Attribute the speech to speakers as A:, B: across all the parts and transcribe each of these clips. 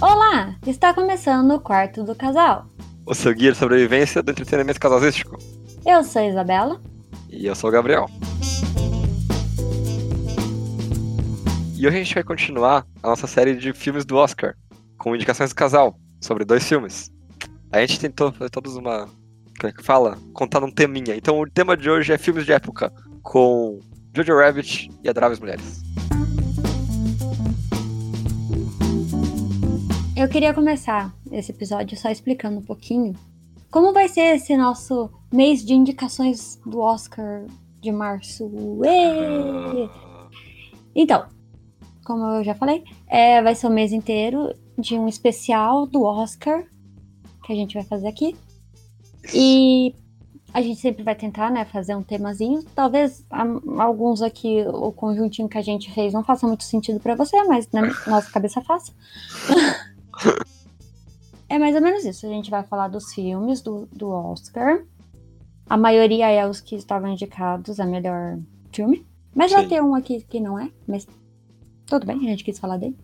A: Olá! Está começando o quarto do casal.
B: O seu guia de sobrevivência do entretenimento casalístico.
A: Eu sou a Isabela.
B: E eu sou o Gabriel. E hoje a gente vai continuar a nossa série de filmes do Oscar, com indicações de casal, sobre dois filmes. A gente tentou fazer todos uma. Como é que fala? Contar um teminha. Então o tema de hoje é filmes de época, com Jojo Rabbit e Adoráveis Mulheres.
A: Eu queria começar esse episódio só explicando um pouquinho como vai ser esse nosso mês de indicações do Oscar de março. Uê! Então, como eu já falei, é, vai ser o mês inteiro de um especial do Oscar que a gente vai fazer aqui. E a gente sempre vai tentar, né, fazer um temazinho. Talvez a- alguns aqui, o conjuntinho que a gente fez não faça muito sentido pra você, mas na nossa cabeça faz. é mais ou menos isso. A gente vai falar dos filmes do, do Oscar. A maioria é os que estavam indicados a melhor filme. Mas vai
B: Sim.
A: ter um aqui que não é, mas tudo bem, a gente quis falar dele.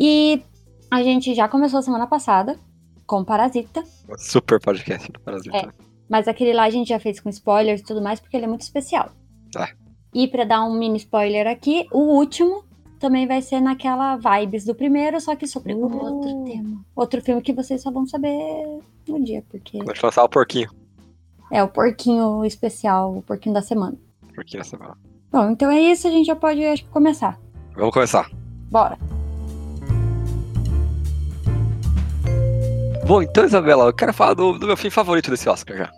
A: E a gente já começou semana passada com Parasita.
B: Um Super podcast do Brasil. tá?
A: É. Mas aquele lá a gente já fez com spoilers e tudo mais, porque ele é muito especial.
B: Tá.
A: E pra dar um mini spoiler aqui, o último também vai ser naquela vibes do primeiro, só que sobre um
B: Uh.
A: outro tema. Outro filme que vocês só vão saber no dia, porque
B: Vou te lançar o porquinho.
A: é o porquinho especial, o porquinho da semana.
B: um Porquinho essa semana.
A: Bom, então é isso, a gente já pode acho que, começar.
B: Vamos começar.
A: Bora!
B: Bom, então, Isabela, eu quero falar do, do meu filme favorito desse Oscar já.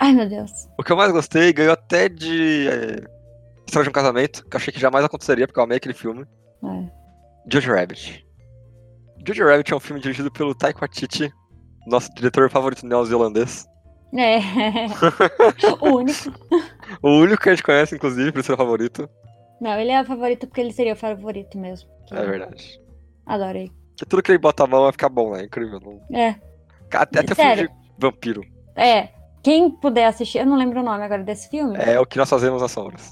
A: Ai meu Deus.
B: O que eu mais gostei ganhou até de. É, História de um casamento, que eu achei que jamais aconteceria, porque eu amei aquele filme.
A: É.
B: Jojo Rabbit. Jojo Rabbit é um filme dirigido pelo Taika Waititi, nosso diretor favorito neozelandês.
A: É. o único.
B: O único que a gente conhece, inclusive, por ser o favorito.
A: Não, ele é o favorito porque ele seria o favorito mesmo.
B: É verdade.
A: Adoro ele.
B: Porque tudo que ele bota a mão vai ficar bom, né? Incrível. Não-
A: É.
B: Até, até filme
A: Sério?
B: de vampiro.
A: É. Quem puder assistir, eu não lembro o nome agora desse filme.
B: É o que nós fazemos nas sombras.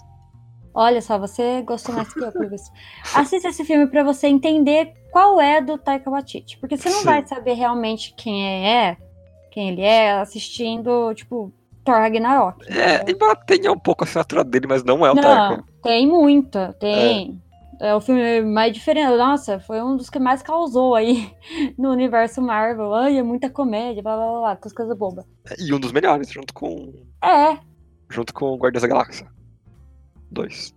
A: Olha só, você gostou mais que eu por isso. Assista esse filme pra você entender qual é do Taika Waititi, porque você não
B: Sim.
A: vai saber realmente quem é, é, quem ele é assistindo, tipo, Thor Ragnarok.
B: É, embora tenha um pouco a assinatura dele, mas não é o
A: Ah. Não,
B: Taika.
A: tem muita, tem. É. o filme mais diferente. Nossa, foi um dos que mais causou aí no universo Marvel. Ai, é muita comédia, blá blá blá, blá com as coisas bobas.
B: E um dos melhores, junto com.
A: É,
B: Junto com Guardiões da Galáxia. Dois.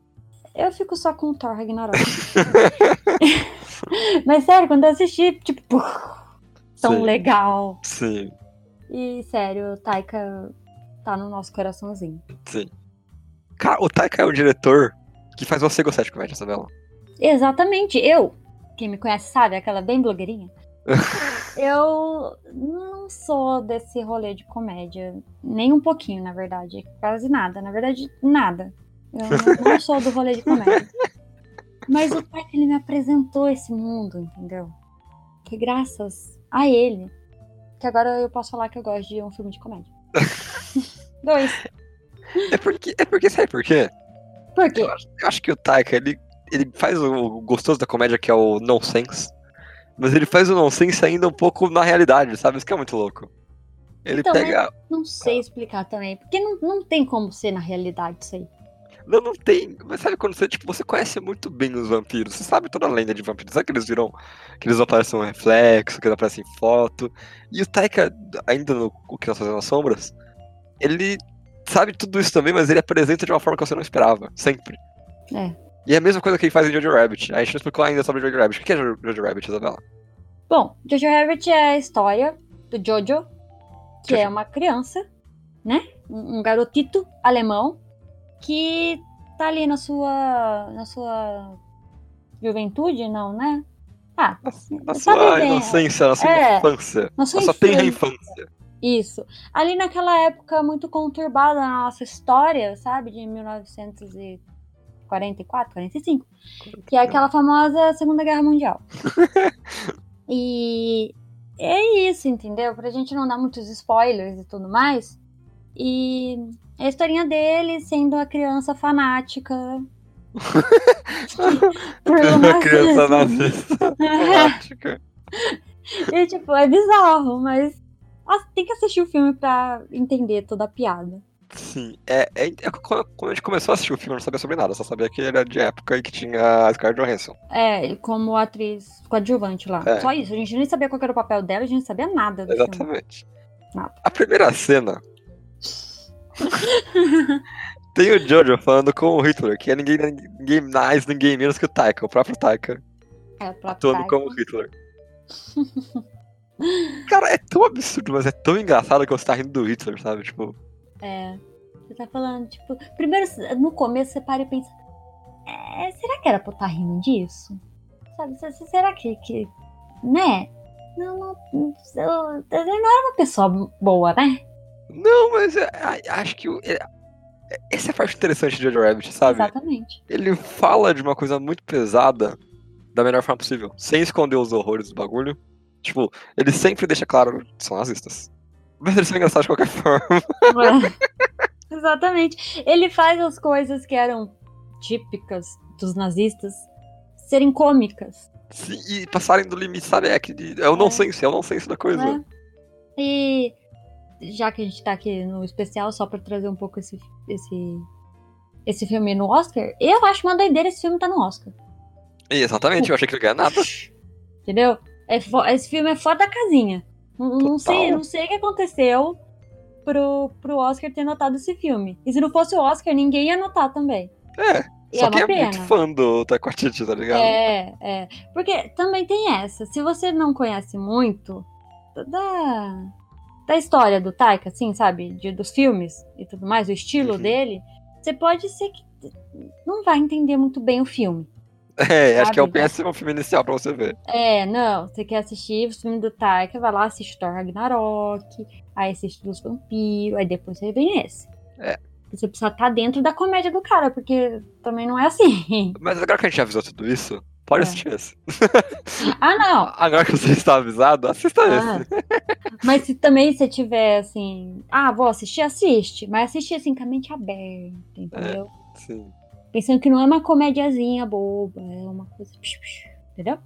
A: Eu fico só com o Thor Ragnarok. Mas sério, quando eu assisti, tipo, puf, tão
B: Sim.
A: legal.
B: Sim.
A: E sério, o Taika tá no nosso coraçãozinho.
B: Cara, o Taika é um diretor que faz você gostar de comédia, Isabela.
A: Exatamente, eu, quem me conhece sabe, aquela bem blogueirinha. eu não sou desse rolê de comédia, nem um pouquinho, na verdade, quase nada, na verdade, nada. Eu não, não sou do rolê de comédia. Mas o Taika, ele me apresentou esse mundo, entendeu? Que graças a ele, que agora eu posso falar que eu gosto de um filme de comédia. Dois.
B: É porque, é porque sabe por quê?
A: Por quê?
B: Eu acho que o Taika, ele, ele faz o gostoso da comédia, que é o nonsense. Mas ele faz o nonsense ainda um pouco na realidade, sabe? Isso que é muito louco. Ele
A: Então,
B: pega.
A: Não sei explicar também, porque não, não tem como ser na realidade isso aí.
B: Não, não tem. Mas sabe quando você, tipo, você conhece muito bem os vampiros. Você sabe toda a lenda de vampiros. Sabe que eles viram. Que eles aparecem um reflexo, que eles aparecem em foto. E o Taika, ainda no o que nós fazemos nas sombras, ele sabe tudo isso também, mas ele apresenta de uma forma que você não esperava. Sempre.
A: É.
B: E é a mesma coisa que ele faz em Jojo Rabbit. A gente não explicou ainda sobre Jojo Rabbit. O que é Jo- Jojo Rabbit, Isabela?
A: Bom, Jojo Rabbit é a história do Jojo, que
B: Jojo.
A: é uma criança, né? Um um garotito alemão que tá ali na sua na sua juventude, não, né? Ah,
B: Na
A: tá
B: sua
A: vivendo.
B: inocência, na sua
A: É.
B: infância.
A: na sua
B: Na sua tenra
A: infância.
B: infância.
A: Isso. Ali naquela época muito conturbada na nossa história, sabe? De 1944, 45. Que é aquela famosa Segunda Guerra Mundial. e é isso, entendeu? Pra gente não dar muitos spoilers e tudo mais. E é a historinha dele sendo a criança fanática. por
B: Uma
A: uma-
B: criança nazista. automática.
A: E, tipo, é bizarro, mas ah, tem que assistir o filme pra entender toda a piada.
B: Sim, é, é, é quando quando a gente começou a assistir o filme, eu não sabia sobre nada, só sabia que era de época e que tinha a Scarlett Johansson.
A: É, como atriz coadjuvante lá.
B: É.
A: Só isso, a gente nem sabia qual que era o papel dela, a gente não sabia nada do filme.
B: Exatamente.
A: Nada.
B: A primeira cena. Tem o Jojo falando com o Hitler, que é ninguém, ninguém mais, ninguém menos que o Taika, o próprio Taika,
A: É, pra
B: atuando
A: trás.
B: como Hitler. Cara, é tão absurdo, mas é tão engraçado que você tá rindo do Hitler, sabe? Tipo,
A: É. Você tá falando, tipo, primeiro, no começo você para e pensa, é, será que era pra eu estar rindo disso? Sabe, se- se- será que, que né? Não, não, eu- eu não era uma pessoa boa, né?
B: não, mas é- a- acho que. o- é- essa é a parte interessante de Jojo Rabbit, sabe?
A: Exatamente.
B: Ele fala de uma coisa muito pesada da melhor forma possível, sem esconder os horrores do bagulho. Tipo, ele sempre deixa claro que são nazistas. Mas eles são engraçados de qualquer forma.
A: É. Exatamente. Ele faz as coisas que eram típicas dos nazistas serem cômicas.
B: Sim, e passarem do limite, sabe? É, que, é o nonsense, é o nonsense da coisa.
A: né? E já que a gente tá aqui no especial, só pra trazer um pouco esse, esse, esse filme no Oscar, eu acho uma doideira esse filme tá no Oscar. É.
B: E, Exatamente, eu achei que não ia ganhar nada.
A: Entendeu? É fo- esse filme é fora da casinha. Não, não sei,
B: Total.
A: não sei o que aconteceu pro, pro Oscar ter notado esse filme. E se não fosse o Oscar, ninguém ia notar também.
B: É,
A: E
B: só
A: é
B: quem
A: uma
B: é
A: pena.
B: muito fã do Taika Waititi, tá ligado?
A: É, é. Porque também tem essa. Se você não conhece muito da- da, da história do Taika, assim, sabe? De, dos filmes e tudo mais, o estilo
B: Uhum.
A: dele, você pode ser que não vai entender muito bem o filme.
B: É, acho que é o
A: Sabe, né?
B: péssimo filme inicial pra você ver.
A: É, não, você quer assistir o filme do Taika, vai lá, assiste Thor Ragnarok, aí assiste Dos Vampiros, aí depois você vem esse.
B: É.
A: Você precisa estar dentro da comédia do cara, porque também não é assim.
B: Mas agora que a gente já avisou tudo isso, pode
A: É.
B: assistir esse.
A: Ah, não,
B: Agora que você está avisado, assista
A: Ah,
B: esse.
A: Mas se também você tiver assim, ah, vou assistir, assiste. Mas assiste assim com a mente aberta, entendeu?
B: Sim.
A: Pensando que não é uma comediazinha boba, é uma coisa. psh, psh, entendeu?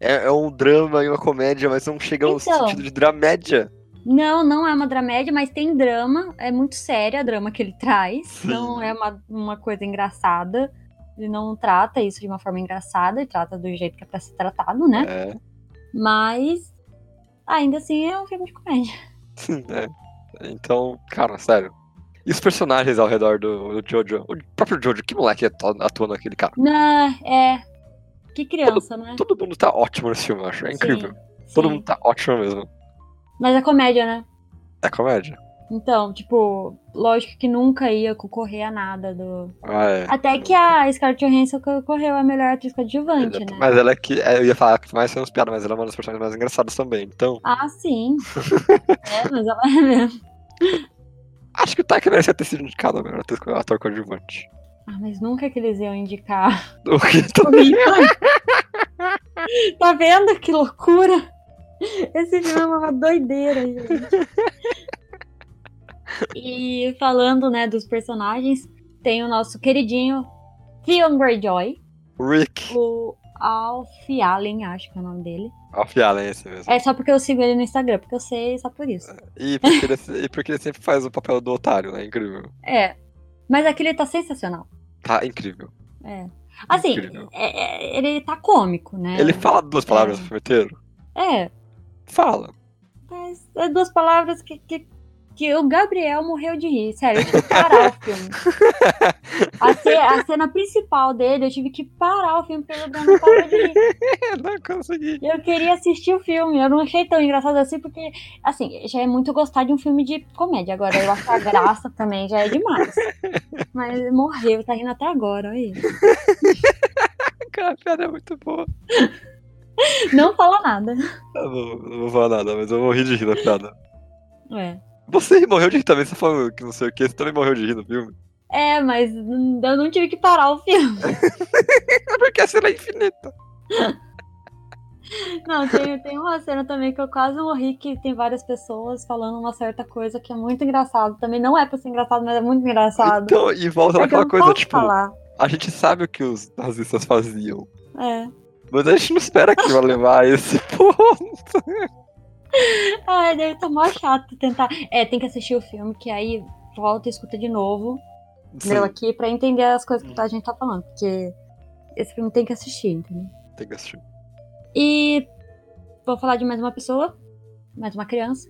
B: É, é um drama e uma comédia, mas não chega ao
A: Então.
B: sentido de dramédia.
A: Não, não é uma dramédia, mas tem drama. É muito séria a drama que ele traz.
B: Sim.
A: Não é uma, uma coisa engraçada. Ele não trata isso de uma forma engraçada, ele trata do jeito que é pra ser tratado, né?
B: É.
A: Mas ainda assim é um filme de comédia.
B: Sim, é. Então, cara, sério. E os personagens ao redor do, do Jojo? O próprio Jojo, que moleque atu- atua naquele
A: Uhum.
B: cara?
A: Não, é. Que criança, né?
B: Todo mundo tá ótimo nesse filme, eu acho. É incrível.
A: Sim,
B: Todo
A: sim.
B: mundo tá ótimo mesmo.
A: Mas é comédia, né?
B: É comédia.
A: Então, tipo, lógico que nunca ia concorrer a nada do.
B: Ah, é.
A: Até que a Scarlett Johansson concorreu a melhor atriz coadjuvante,
B: Exato.
A: né?
B: Mas ela é que. é, Eu ia falar que mais foi umas piadas, mas ela é uma das personagens mais engraçadas também. Então,
A: Ah, sim. é, mas ela é mesmo.
B: acho que o Taika merecia ter sido indicado melhor ator co- ator coadjuvante.
A: Ah, mas nunca que eles iam indicar.
B: O que
A: o Hitler. tá vendo que loucura? Esse filme é uma doideira, gente. E falando, né, dos personagens, tem o nosso queridinho Theon Greyjoy,
B: o Rick.
A: o Alf Allen, acho que é o nome dele.
B: Alf Allen, é esse mesmo.
A: É só porque eu sigo ele no Instagram, porque eu sei só por isso.
B: E, porque ele, se- e porque ele sempre faz o papel do otário, né? Incrível.
A: É. Mas aqui ele tá sensacional.
B: Tá incrível.
A: É. Assim,
B: Incrível.
A: é- é- ele tá cômico, né?
B: Ele fala duas palavras no filme inteiro?
A: É,
B: Fala.
A: mas é duas palavras que, que, que o Gabriel morreu de rir. Sério, eu tive que parar o filme. A, ce- a cena principal dele, eu tive que parar o filme porque o Gabriel não parou de rir.
B: Eu não consegui.
A: Eu queria assistir o filme, eu não achei tão engraçado assim, porque, assim, já é muito gostar de um filme de comédia. Agora, eu acho a graça também já é demais. Mas ele morreu, tá rindo até agora, olha isso.
B: Cara, a piada é muito boa.
A: Não fala nada.
B: Eu não, não vou falar nada, mas eu morri de rir da piada.
A: É.
B: Você morreu de rir também, você falou que não sei o que, você também morreu de rir no filme.
A: É, mas hum, eu não tive que parar o filme.
B: É porque a cena é infinita.
A: Não, tem, tem uma cena também que eu quase morri, que tem várias pessoas falando uma certa coisa que é muito engraçado. Também não é pra ser engraçado, mas é muito engraçado.
B: Então, e volta
A: É que eu
B: naquela
A: não
B: coisa,
A: posso
B: tipo,
A: falar.
B: a gente sabe o que os nazistas faziam.
A: É.
B: Mas a gente não espera que vai levar a esse ponto.
A: Ah, deve estar mó chato tentar. É, tem que assistir o filme, que aí volta e escuta de novo. Entendeu?
B: Sim,
A: Aqui pra entender as coisas que a gente tá falando. Porque esse filme tem que assistir, entendeu?
B: tem que assistir.
A: E vou falar de mais uma pessoa, mais uma criança,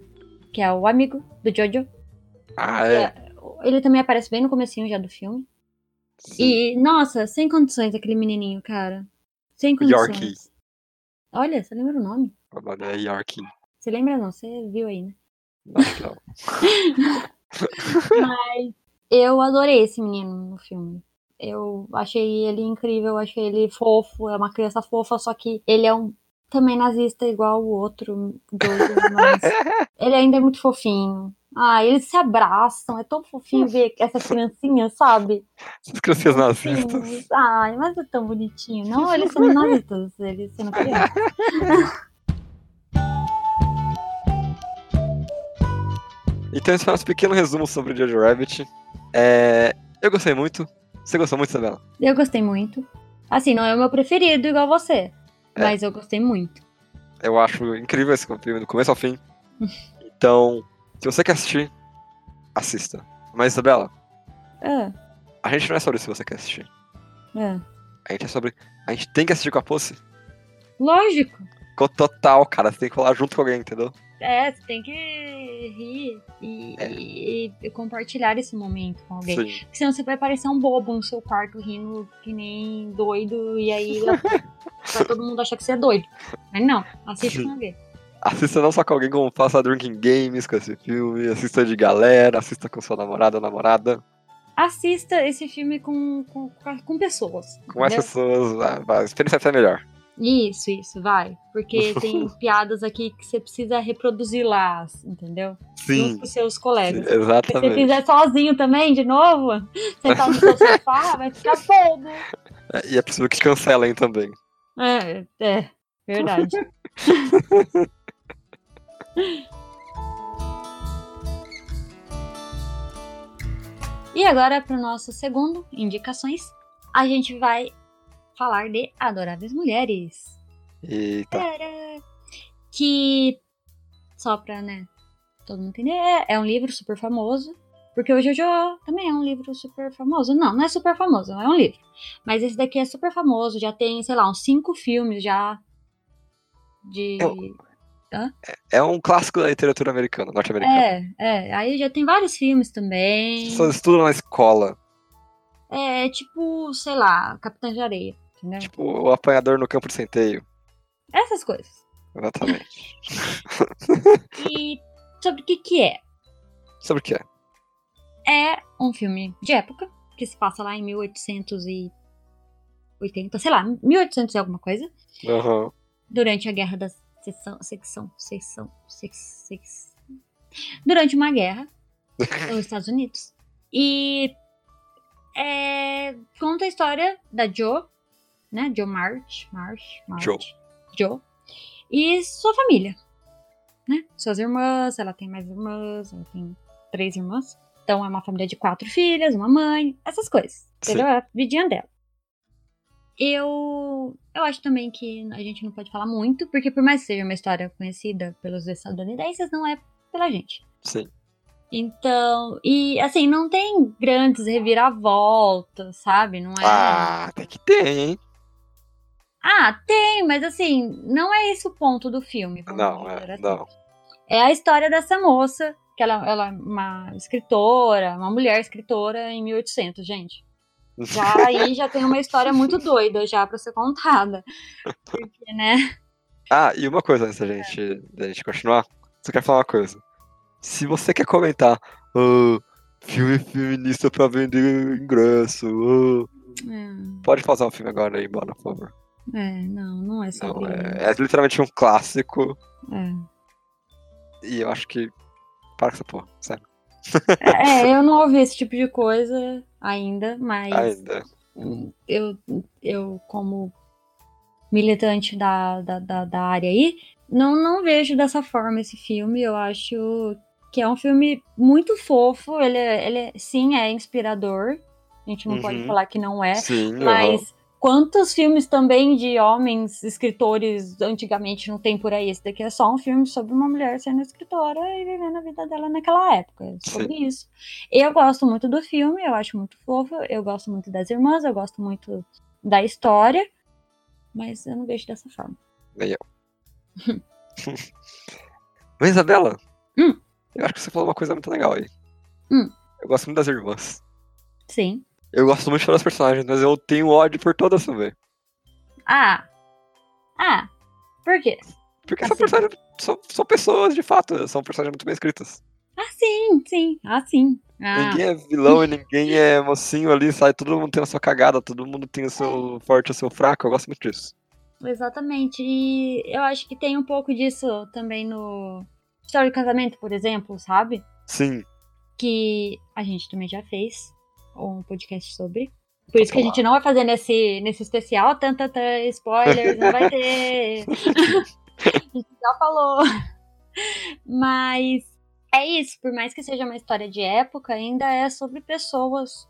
A: que é o amigo do Jojo.
B: Ah, é.
A: Ele também aparece bem no comecinho já do filme.
B: Sim.
A: E, nossa, sem condições aquele menininho, cara. Sem condições.
B: Yorkie.
A: Olha, você lembra o nome?
B: Agora É Yorkie.
A: Você lembra não, você viu aí, né?
B: Não, não.
A: Eu adorei esse menino no filme. Eu achei ele incrível, eu achei ele fofo, é uma criança fofa, só que ele é um também nazista igual o outro doido, mas ele ainda é muito fofinho. Ah, eles se abraçam, é tão fofinho ver essas criancinhas, sabe?
B: Essas crianças nazistas.
A: Sim, Ai, mas é tão bonitinho. Não, eles são nazistas, eles sendo criança.
B: Então esse foi nosso pequeno resumo sobre Jojo Rabbit. É, Eu gostei muito. Você gostou muito, Isabela?
A: Eu gostei muito. Assim, não é o meu preferido igual você,
B: É.
A: mas eu gostei muito.
B: Eu acho incrível esse filme, do começo ao fim. Então, se você quer assistir, assista. Mas, Isabela,
A: Ah,
B: a gente não é sobre se você quer assistir.
A: ah.
B: A gente é sobre. A gente tem que assistir com a Pussy.
A: Lógico.
B: Com total, cara. Você tem que colar junto com alguém, entendeu?
A: É, você tem que rir e,
B: É.
A: e- e compartilhar esse momento com alguém.
B: Sim.
A: Porque senão você vai parecer um bobo no seu quarto rindo que nem doido e aí vai todo mundo achar que você é doido. Mas não, assiste uma vez.
B: Assista não só com alguém como faça Drinking Games com esse filme. Assista de galera, assista com sua namorada ou namorada.
A: Assista esse filme com, com, com pessoas.
B: Com mais
A: entendeu?
B: pessoas, a, a experiência é até melhor.
A: Isso, isso, vai. Porque tem piadas aqui que você precisa reproduzir lá, entendeu? Junto
B: Sim,
A: com seus colegas. Se você
B: exatamente.
A: fizer sozinho também, de novo, sentar no seu sofá, vai ficar bobo.
B: É, E é possível que cancelem também.
A: É, é, verdade. e agora, para o nosso segundo, indicações, a gente vai falar de Adoráveis Mulheres.
B: Eita.
A: Tcharam! Que, só pra, né, todo mundo entender, é- é um livro super famoso. Porque o Jojo também é um livro super famoso. Não, não é super famoso, é um livro. Mas esse daqui é super famoso, já tem, sei lá, uns cinco filmes já de...
B: Eu- É um clássico da literatura americana, norte-americana.
A: É, é. Aí já tem vários filmes
B: As
A: também.
B: pessoas estudam na escola.
A: É tipo, sei lá, Capitã de Areia, entendeu?
B: Tipo, o apanhador no campo de centeio.
A: Essas coisas.
B: Exatamente.
A: E sobre o que que é?
B: Sobre o que é?
A: é um filme de época, que se passa lá em 1880, sei lá, 1800 e alguma coisa,
B: Aham.
A: durante a guerra da seção, secção, seção, sex, sex, durante uma guerra nos Estados Unidos. E é, conta a história da Jo, né, Jo March, March, March,
B: Jo.
A: Jo, e sua família, né, suas irmãs, ela tem mais irmãs, ela tem três irmãs, então é uma família de quatro filhas, uma mãe, essas coisas,
B: Sim.
A: entendeu? É a vidinha dela. Eu, eu acho também que a gente não pode falar muito, porque por mais que seja uma história conhecida pelos estadunidenses, não é pela gente.
B: Sim.
A: Então, e assim, não tem grandes reviravoltas, sabe? Não é.
B: Ah, até que tem, hein?
A: Ah, tem, mas assim, não é esse o ponto do filme. vamos
B: Não,
A: dizer
B: é,
A: assim.
B: não.
A: É a história dessa moça, que ela, ela é uma escritora, uma mulher escritora em 1800, gente. Já aí já tem uma história muito doida já pra ser contada. Porque, né?
B: Ah, e uma coisa antes da gente, da gente continuar. Só quero falar uma coisa. Se você quer comentar, "Ah, filme feminista pra vender ingresso, ah", pode pausar o filme agora e ir embora, por favor.
A: É, é, não, não é sobre
B: Não,
A: isso.
B: é, é literalmente um clássico.
A: É.
B: E eu acho que. Para com essa porra, sério.
A: É, eu não ouvi esse tipo de coisa ainda, mas
B: Ainda.
A: eu, eu como militante da, da, da, da área aí, não, não vejo dessa forma esse filme. Eu acho que é um filme muito fofo. Ele, é- ele é- sim é inspirador. A gente não
B: Uhum.
A: pode falar que não é,
B: Sim, aham.
A: mas Quantos filmes também de homens escritores antigamente não tem por aí? Esse daqui é só um filme sobre uma mulher sendo escritora e vivendo a vida dela naquela época. É sobre isso. Eu gosto muito do filme, eu acho muito fofo, eu gosto muito das irmãs, eu gosto muito da história, mas eu não vejo dessa forma.
B: Nem eu. mas, Isabela,
A: Hum.
B: eu acho que você falou uma coisa muito legal aí.
A: Hum.
B: Eu gosto muito das irmãs.
A: Sim.
B: Eu gosto muito de todas as personagens, mas eu tenho ódio por todas também.
A: Ah. Ah. Por quê?
B: Porque
A: Assim.
B: são personagens. São, são pessoas, de fato, né? são personagens muito bem escritas.
A: Ah, sim, sim. Ah, sim. Ah.
B: Ninguém é vilão e ninguém é mocinho ali, sai todo mundo tem a sua cagada, todo mundo tem o seu forte e o seu fraco. Eu gosto muito disso.
A: Exatamente. E eu acho que tem um pouco disso também no História de Casamento, por exemplo, sabe?
B: Sim,
A: Que a gente também já fez um podcast sobre. Por isso que a
B: Vamos
A: gente não vai fazer nesse, nesse especial. Tan, tan, tan, spoilers, não vai ter. a gente já falou. Mas é isso. Por mais que seja uma história de época, ainda é sobre pessoas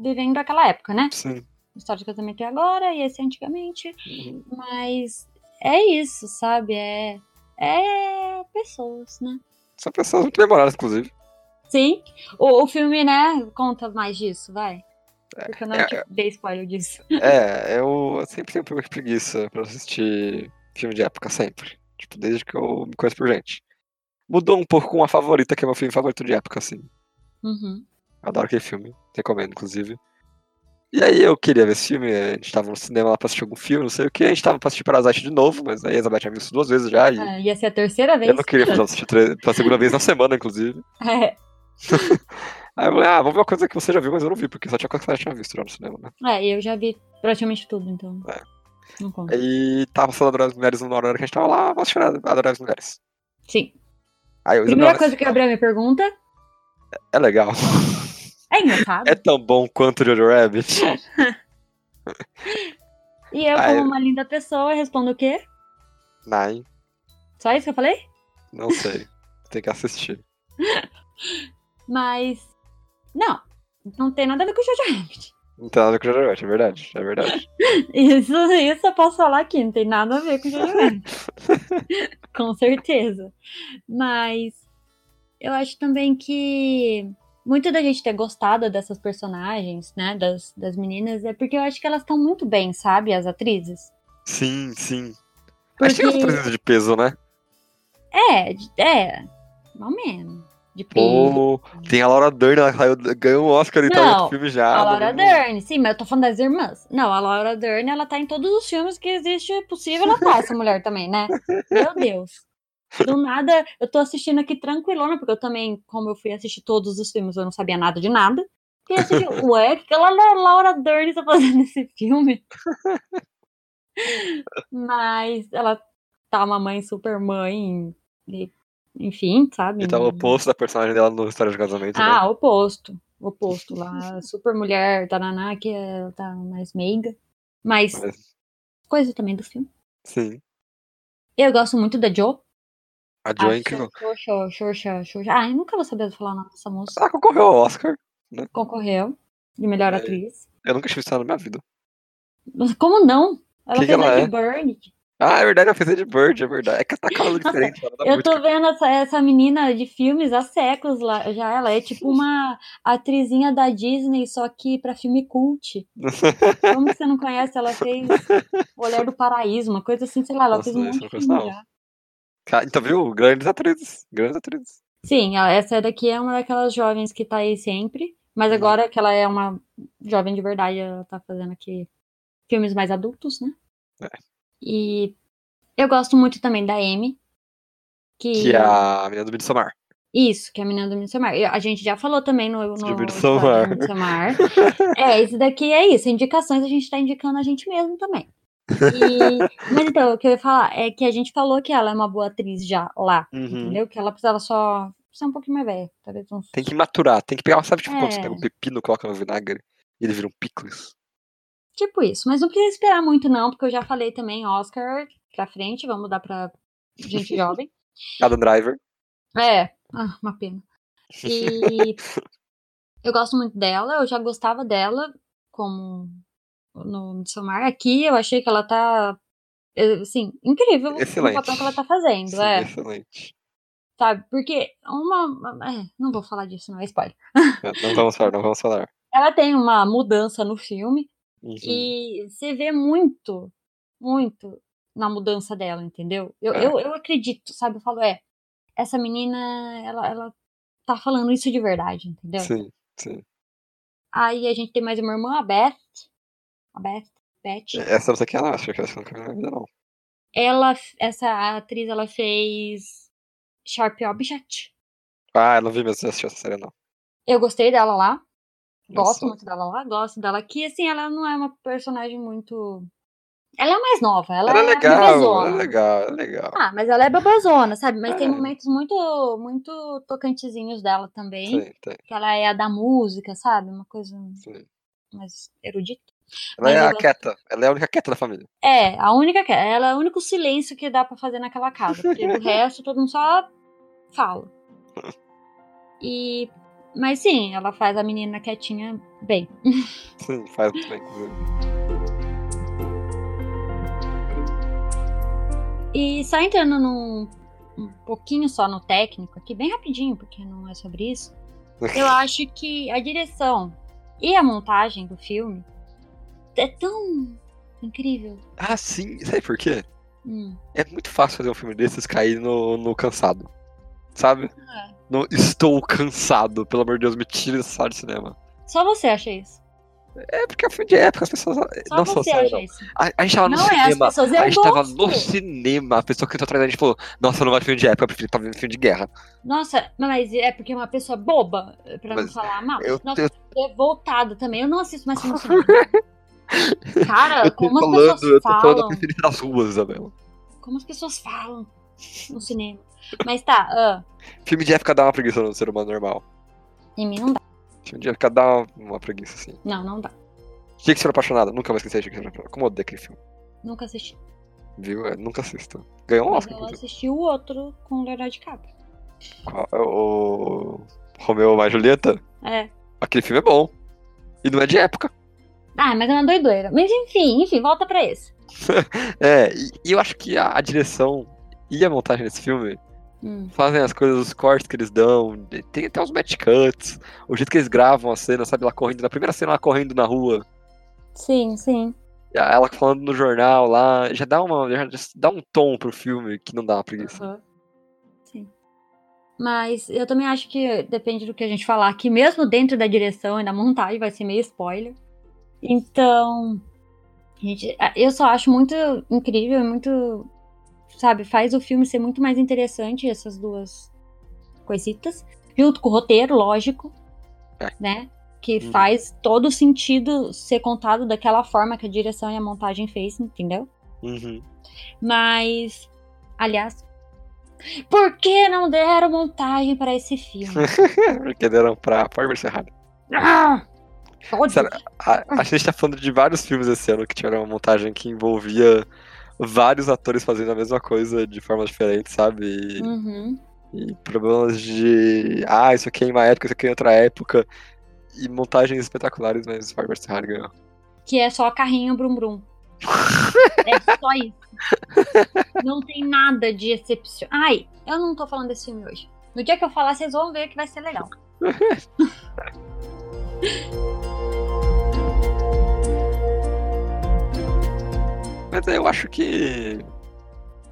A: vivendo aquela época, né?
B: sim.
A: História de casamento é agora e esse é antigamente. Mas é isso, sabe? É, é pessoas, né?
B: São pessoas muito memoráveis, inclusive.
A: Sim. O, o filme, né, conta mais disso, vai. Porque eu não
B: é,
A: te dei spoiler disso.
B: É, eu sempre tenho um pouco de preguiça pra assistir filme de época, sempre. Tipo, desde que eu me conheço por gente. Mudou um pouco com a favorita, que é meu filme favorito de época, assim.
A: Uhum.
B: Adoro aquele filme, recomendo, inclusive. E aí eu queria ver esse filme, a gente tava no cinema lá pra assistir algum filme, não sei o que, a gente tava pra assistir Parasite de novo, mas aí a Isabel tinha visto isso duas vezes já, e
A: É, ia ser a terceira vez.
B: eu não queria fazer assistir tre- pela segunda vez na semana, inclusive.
A: É,
B: Aí eu falei, ah, vamos ver uma coisa que você já viu, mas eu não vi, porque só tinha coisa que você já tinha visto já no cinema, né?
A: é, eu já vi praticamente tudo, então.
B: É.
A: Não conta.
B: Aí tava passando Adoráveis Mulheres numa hora que a gente tava lá, vamos assistir Adoráveis Mulheres.
A: Sim.
B: Aí eu,
A: Primeira
B: Isabela,
A: coisa que o Gabriel me pergunta
B: É legal.
A: é engraçado.
B: É tão bom quanto o Jojo Rabbit?
A: E eu,
B: Ah,
A: como
B: eu-
A: uma linda pessoa, respondo o quê?
B: Nein,
A: Só isso que eu falei?
B: não sei. Tem que assistir.
A: Mas. Não. Não tem nada a ver com o Jojo Rabbit.
B: Não tem nada a ver com o Jojo Rabbit, é verdade, é verdade.
A: Isso, isso eu posso falar aqui, não tem nada a ver com Jojo Rabbit. com certeza. Mas eu acho também que muito da gente ter gostado dessas personagens, né, das, das meninas, é porque eu acho que elas estão muito bem, sabe, as atrizes.
B: Sim, sim. Mas
A: Porque,
B: tem umas presença de peso, né?
A: é, de- é, ao menos, de peso.
B: Pô, tem a Laura Dern, ela saiu- ganhou um Oscar e tá
A: Não,
B: em outro filme já.
A: A
B: mas
A: Laura
B: não-
A: Dern, sim, mas eu tô falando das irmãs. Não, a Laura Dern, ela tá em todos os filmes que existe possível, ela tá, essa mulher também, né? Meu Deus. Do nada, eu tô assistindo aqui tranquilona, porque eu também, como eu fui assistir todos os filmes, eu não sabia nada de nada. E assisti, ué, o que que ela Laura Dern tá fazendo nesse filme? Mas ela tá uma mãe super mãe, e- enfim, sabe?
B: E tá o oposto da personagem dela no História de Casamento, né?
A: Ah, oposto. Oposto lá. Super mulher, Tananá, que é- tá mais meiga. Mas
B: Mas,
A: coisa também do filme.
B: sim.
A: Eu gosto muito da Jo.
B: A Joan
A: que...
B: é incrível.
A: Xoxa, Xoxa, Xoxa. Ah, eu nunca vou saber falar o nome dessa moça.
B: Ela Ah, concorreu ao Oscar.
A: Concorreu de melhor
B: É.
A: atriz.
B: Eu nunca tive isso na minha vida.
A: Mas como não? Ela
B: Que que
A: fez
B: ela
A: a
B: é?
A: de Burn.
B: Ah, é verdade, ela fez Ed Bird, é verdade. É que ela tá calando
A: Nossa,
B: diferente. Ela dá
A: Eu
B: muito
A: tô vendo essa, essa menina de filmes há séculos lá, já. Ela é tipo uma atrizinha da Disney, só que pra filme cult. Como que você não conhece? Ela fez O Olhar do Paraíso, uma coisa assim, sei lá. Ela
B: Nossa,
A: fez um
B: essa
A: monte
B: eu
A: de
B: não
A: filme
B: conheço, não.
A: já.
B: Ca- Então, viu? Grandes atrizes. Grandes atrizes.
A: Sim, a- essa daqui é uma daquelas jovens que tá aí sempre. Mas
B: Uhum.
A: agora que ela é uma jovem de verdade, ela tá fazendo aqui filmes mais adultos, né?
B: É.
A: E eu gosto muito também da Amy.
B: Que é a menina do Midsommar.
A: Isso, que é a menina do Midsommar. E A gente já falou também no, no
B: De Midsommar.
A: episódio de Midsommar. é, esse daqui é isso. Indicações a gente tá indicando a gente mesmo também. E- mas então, o que eu ia falar é que a gente falou que ela é uma boa atriz já lá,
B: Uhum.
A: entendeu? Que ela precisava só ser um pouquinho mais velha. Talvez uns...
B: Tem que maturar, tem que pegar, sabe tipo quando você
A: É.
B: pega um pepino, coloca no vinagre e ele vira um picles?
A: Tipo isso. Mas não precisa esperar muito não, porque eu já falei também, Oscar, pra frente, vamos dar pra gente jovem.
B: Adam Driver.
A: É, ah, uma pena. E eu gosto muito dela, eu já gostava dela como no Midsommar. Aqui eu achei que ela tá, assim, incrível
B: Excelente.
A: o papel que ela tá fazendo,
B: Sim,
A: é.
B: Excelente.
A: Sabe? Porque uma... é, não vou falar disso, não é spoiler.
B: Não vamos falar, não vamos falar.
A: Ela tem uma mudança no filme
B: Uhum.
A: E você vê muito, muito na mudança dela, entendeu? Eu,
B: É.
A: eu, eu acredito, sabe? Eu falo, é, essa menina, ela, ela tá falando isso de verdade, entendeu?
B: Uhum. Sim, sim.
A: Aí a gente tem mais uma irmã, a Beth. A Beth, Beth.
B: É, Essa não sei quem ela acha, que essa não quero na vida, não.
A: Ela, essa atriz, ela fez Sharp Object.
B: Ah, eu não vi mesmo essa série, não.
A: Eu gostei dela lá. Gosto
B: Nossa.
A: muito dela lá, gosto dela aqui. Assim, ela não é uma personagem muito. Ela é mais nova, ela,
B: Ela é legal, ela
A: bebezona.
B: é legal, ela é legal.
A: Ah, mas ela é babazona, sabe? Mas tem
B: É.
A: momentos muito, muito tocantezinhos dela também.
B: Sim, tem.
A: Que ela é a da música, sabe? Uma coisa
B: Sim.
A: mais erudita.
B: Ela
A: Mas
B: é
A: eu
B: a
A: gosto-
B: quieta, ela é a única quieta da família.
A: É, a única que ela é o único silêncio que dá pra fazer naquela casa. Porque do resto todo mundo só fala. E. Mas sim, ela faz a menina quietinha bem.
B: Sim, faz muito bem, inclusive.
A: E só entrando num um pouquinho só no técnico aqui, bem rapidinho, porque não é sobre isso. Eu acho que a direção e a montagem do filme é tão incrível.
B: Ah, sim, sabe por quê?
A: Hum.
B: É muito fácil fazer um filme desses cair no, no cansado. Sabe?
A: É.
B: No estou cansado, pelo amor de Deus, me tira dessa sala de cinema.
A: Só você acha isso.
B: É porque é um filme de época, as pessoas.
A: Só
B: não só
A: você
B: sério,
A: acha
B: não.
A: isso.
B: A, a gente tava Tá no
A: Não é as
B: cinema.
A: pessoas,
B: a
A: eu
B: gente tava no
A: gosto.
B: cinema, a pessoa que entrou atrás da gente falou: Nossa, eu não gosto de filme de época, eu prefiro pra ver filme de guerra.
A: Nossa, mas é porque é uma pessoa boba, pra não
B: Mas
A: falar mal.
B: Eu,
A: Nossa,
B: eu
A: é voltada também. Eu não assisto mais filme no cinema. Cara,
B: eu tô
A: como as
B: falando, eu
A: pessoas
B: tô falando a
A: falam.
B: preferida das ruas, Isabela.
A: Como as pessoas falam no cinema. Mas tá, ah,
B: Filme de época dá uma preguiça no ser humano normal.
A: em mim não dá.
B: Filme de época dá uma, uma preguiça, assim.
A: Não, não dá.
B: Tinha que ser apaixonado, nunca mais esqueci de que ser apaixonado. Como eu odeio aquele filme,
A: Nunca assisti.
B: viu? É, nunca assisto. Ganhou um
A: Mas
B: Oscar,
A: eu
B: inclusive.
A: assisti o outro com o Leonardo DiCaprio.
B: Qual é O Romeu mais Julieta?
A: É.
B: Aquele filme é bom. E não é de época.
A: Ah, mas é uma doidoeira. Mas enfim, enfim, volta pra esse.
B: É, e, e eu acho que a, a direção e a montagem desse filme
A: Hum.
B: fazem as coisas, os cortes que eles dão, de- tem até os match cuts, o jeito que eles gravam a cena, sabe? Ela correndo, na primeira cena ela correndo na rua,
A: Sim, sim.
B: e a- ela falando no jornal lá, já dá uma, já dá um tom pro filme que não dá uma preguiça.
A: Sim. Mas eu também acho que depende do que a gente falar aqui, mesmo dentro da direção e da montagem, vai ser meio spoiler. Então, gente, a- eu só acho muito incrível, e muito, sabe, faz o filme ser muito mais interessante essas duas coisitas, junto com o roteiro, lógico,
B: É.
A: né? Que
B: Uhum.
A: faz todo sentido ser contado daquela forma que a direção e a montagem fez, entendeu?
B: Uhum.
A: Mas, aliás, por que não deram montagem para esse filme?
B: Porque deram É, pra Forma Errada.
A: Ah! Todos.
B: Será? A, a gente tá falando de vários filmes esse ano que tiveram uma montagem que envolvia vários atores fazendo a mesma coisa de formas diferentes, sabe? E-
A: Uhum.
B: e problemas de ah, isso aqui é em uma época, isso aqui é em outra época, e montagens espetaculares, mas Ford vs Ferrari ganhou.
A: Que é só carrinho brum brum. é só isso. Não tem nada de excepcional. Ai, eu não tô falando desse filme hoje. No dia que eu falar, vocês vão ver que vai ser legal.
B: Mas eu acho que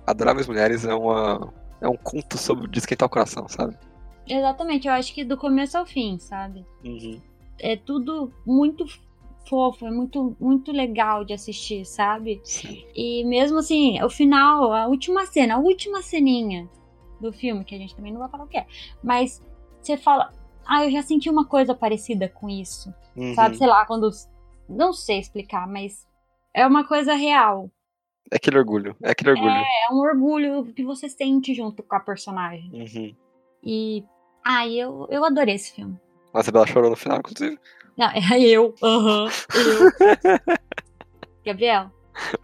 B: Adoráveis Mulheres é uma é um conto sobre de esquentar o coração, sabe?
A: Exatamente, eu acho que do começo ao fim, sabe?
B: Uhum.
A: É tudo muito fofo, é muito, muito legal de assistir, sabe?
B: Sim.
A: E mesmo assim, o final, a última cena, a última ceninha do filme, que a gente também não vai falar o que é, mas você fala, ah, eu já senti uma coisa parecida com isso,
B: Uhum.
A: sabe? Sei lá, quando. Não sei explicar, mas é uma coisa real.
B: É aquele orgulho, é aquele orgulho.
A: É um orgulho que você sente junto com a personagem.
B: Uhum.
A: E. Ai, eu, eu adorei esse filme.
B: Nossa, a Bela chorou no final, inclusive.
A: Não, é eu. Aham, eu. Gabriel,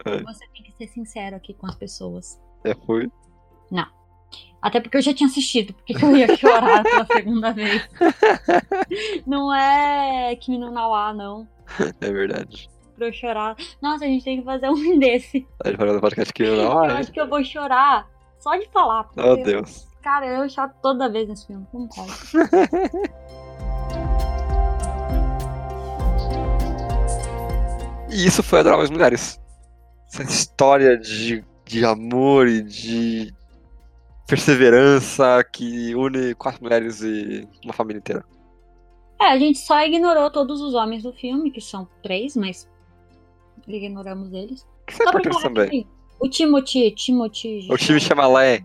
B: Oi.
A: você tem que ser sincero aqui com as pessoas.
B: É, foi.
A: Até porque eu já tinha assistido, porque que eu ia chorar pela segunda vez. Não é Kimi no Nawa, não.
B: É verdade.
A: pra eu chorar. Nossa, a gente tem que fazer um desse.
B: A gente vai fazer um podcast que eu não.
A: eu
B: Ai,
A: acho que eu vou chorar só de falar. porque
B: meu
A: eu-
B: Ah, Deus.
A: Cara, eu choro toda vez nesse filme. Não pode.
B: E isso foi Adoráveis Mulheres. Essa história de, de amor e de perseverança que une quatro mulheres e uma família inteira.
A: É, a gente só ignorou todos os homens do filme, que são três, mas ignoramos eles.
B: Que isso é
A: Só pra
B: importante
A: falar
B: também.
A: rapidinho, O Timothy, Timothy. é,
B: O time chama Lé.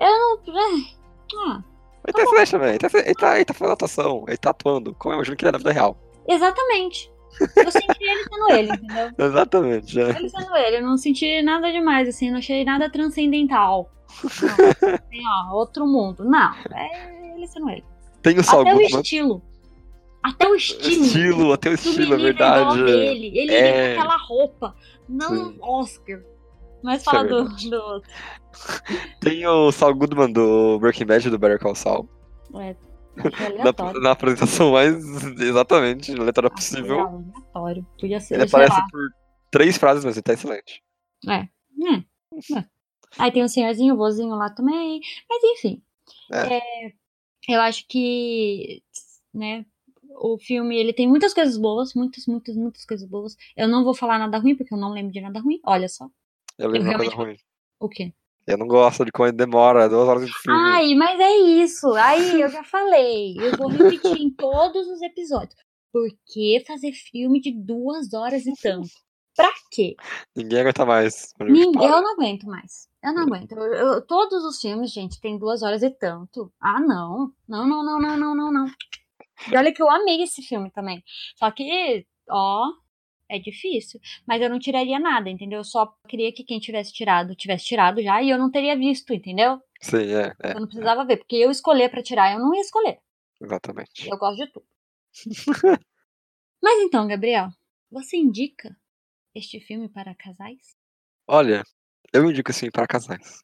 A: Ah,
B: Ele tá excelente também. Ele tá, ele, tá, ele tá fazendo atuação. Ele tá atuando. Como eu imagino que ele é na vida real.
A: exatamente. Eu senti ele sendo ele, entendeu?
B: Exatamente. é.
A: Ele sendo ele, eu não senti nada demais, assim, não achei nada transcendental. Não, assim, ó, outro mundo. Não, é ele sendo ele.
B: Tem o Saul
A: Até o
B: Goodman.
A: estilo. Até o estilo.
B: Estilo, até o
A: Que o
B: estilo, é
A: menino igual
B: verdade.
A: dele. Ele
B: É.
A: vem com aquela roupa. Não
B: Sim.
A: Oscar. Mas
B: Isso é
A: fala do, do.
B: Tem o Saul Goodman do Breaking Bad e do Better Call Saul.
A: É, achei
B: Na,
A: aleatório.
B: na apresentação mais exatamente aleatória possível.
A: Achei aleatório. Podia ser,
B: Ele
A: sei
B: aparece
A: lá.
B: por três frases, mas ele tá excelente.
A: É, é. Aí tem o senhorzinho, o vozinho lá também. Mas enfim. É, eu acho que. Né, o filme ele tem muitas coisas boas. Muitas, muitas, muitas coisas boas. Eu não vou falar nada ruim, porque eu não lembro de nada ruim. Olha só.
B: Eu lembro
A: Eu
B: uma coisa
A: realmente-
B: ruim.
A: O quê?
B: Eu não gosto de como ele demora, duas horas de filme.
A: Ai, mas é isso. Aí eu já falei. Eu vou repetir em todos os episódios. Por que fazer filme de duas horas e tanto? Pra quê?
B: Ninguém aguenta mais. Quando
A: Nin-
B: para.
A: Eu não aguento mais. Eu não aguento. Eu- eu- todos os filmes, gente, tem duas horas e tanto. Ah, não. Não, não, não, não, não, não, não. E olha que eu amei esse filme também. Só que, ó, é difícil. Mas eu não tiraria nada, entendeu? Eu só queria que quem tivesse tirado tivesse tirado já e eu não teria visto, entendeu?
B: Sim, é, é,
A: Eu não precisava ver, porque eu escolher pra tirar, eu não ia escolher.
B: exatamente.
A: Eu gosto de tudo. Mas então, Gabriel, você indica este filme para casais?
B: Olha, eu indico assim para casais.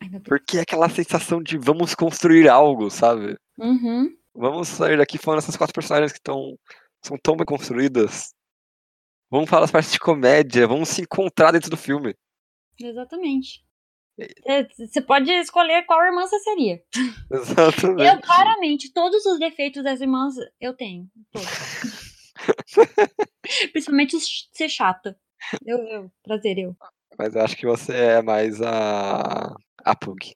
A: Ai, meu Deus.
B: Porque é aquela sensação de vamos construir algo, sabe?
A: Uhum.
B: Vamos sair daqui falando essas quatro personagens que estão são tão bem construídas. Vamos falar das partes de comédia, vamos se encontrar dentro do filme.
A: Exatamente. É, Você pode escolher qual irmã você seria.
B: Exatamente.
A: Eu, claramente, todos os defeitos das irmãs eu tenho. Todos. Principalmente os ch- ser chata. Eu, eu, prazer, eu.
B: Mas eu acho que você é mais a. a Pug.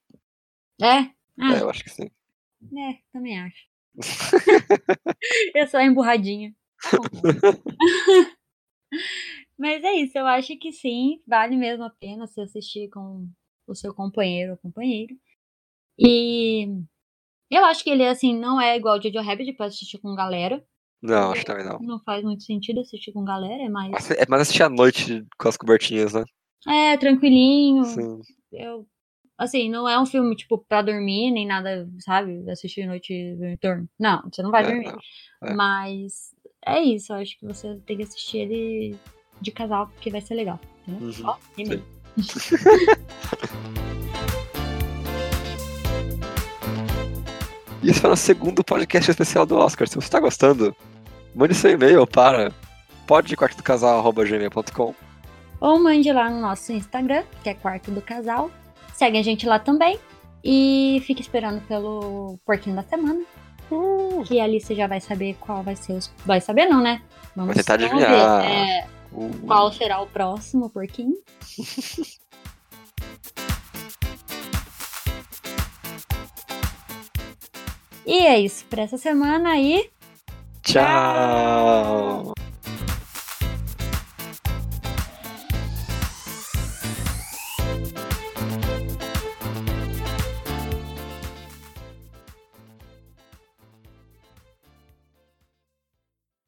A: É?
B: É,
A: Ah,
B: eu acho que sim.
A: é, também acho. eu sou a emburradinha. Tá bom. Mas é isso, eu acho que sim, vale mesmo a pena se assistir com o seu companheiro ou companheira. E eu acho que ele, assim, não é igual o Jojo Rabbit pra assistir com galera.
B: Não, acho que também não.
A: Não faz muito sentido assistir com galera, é mais.
B: Mas É mais assistir à noite com as cobertinhas, né?
A: É, tranquilinho.
B: Sim.
A: Eu, assim, não é um filme, tipo, pra dormir, nem nada, sabe? Assistir noite e dorme. Não, você não vai
B: É,
A: dormir.
B: não. é.
A: Mas é isso, eu acho que você tem que assistir ele de casal, porque vai ser legal. né?
B: Uhum,
A: Ó, rimei.
B: E esse foi o nosso segundo podcast especial do Oscar. Se você tá gostando, mande seu e-mail para podquartodocasal.gmail.com
A: ou mande lá no nosso Instagram, que é Quarto do Casal. Segue a gente lá também. E fique esperando pelo porquinho da semana.
B: Uh!
A: Que ali você já vai saber qual vai ser os. Vai saber, não, né? Vamos
B: Vai tentar
A: vamos
B: adivinhar.
A: é,
B: Uh,
A: qual será o próximo porquinho. e é isso para essa semana aí.
B: Tchau!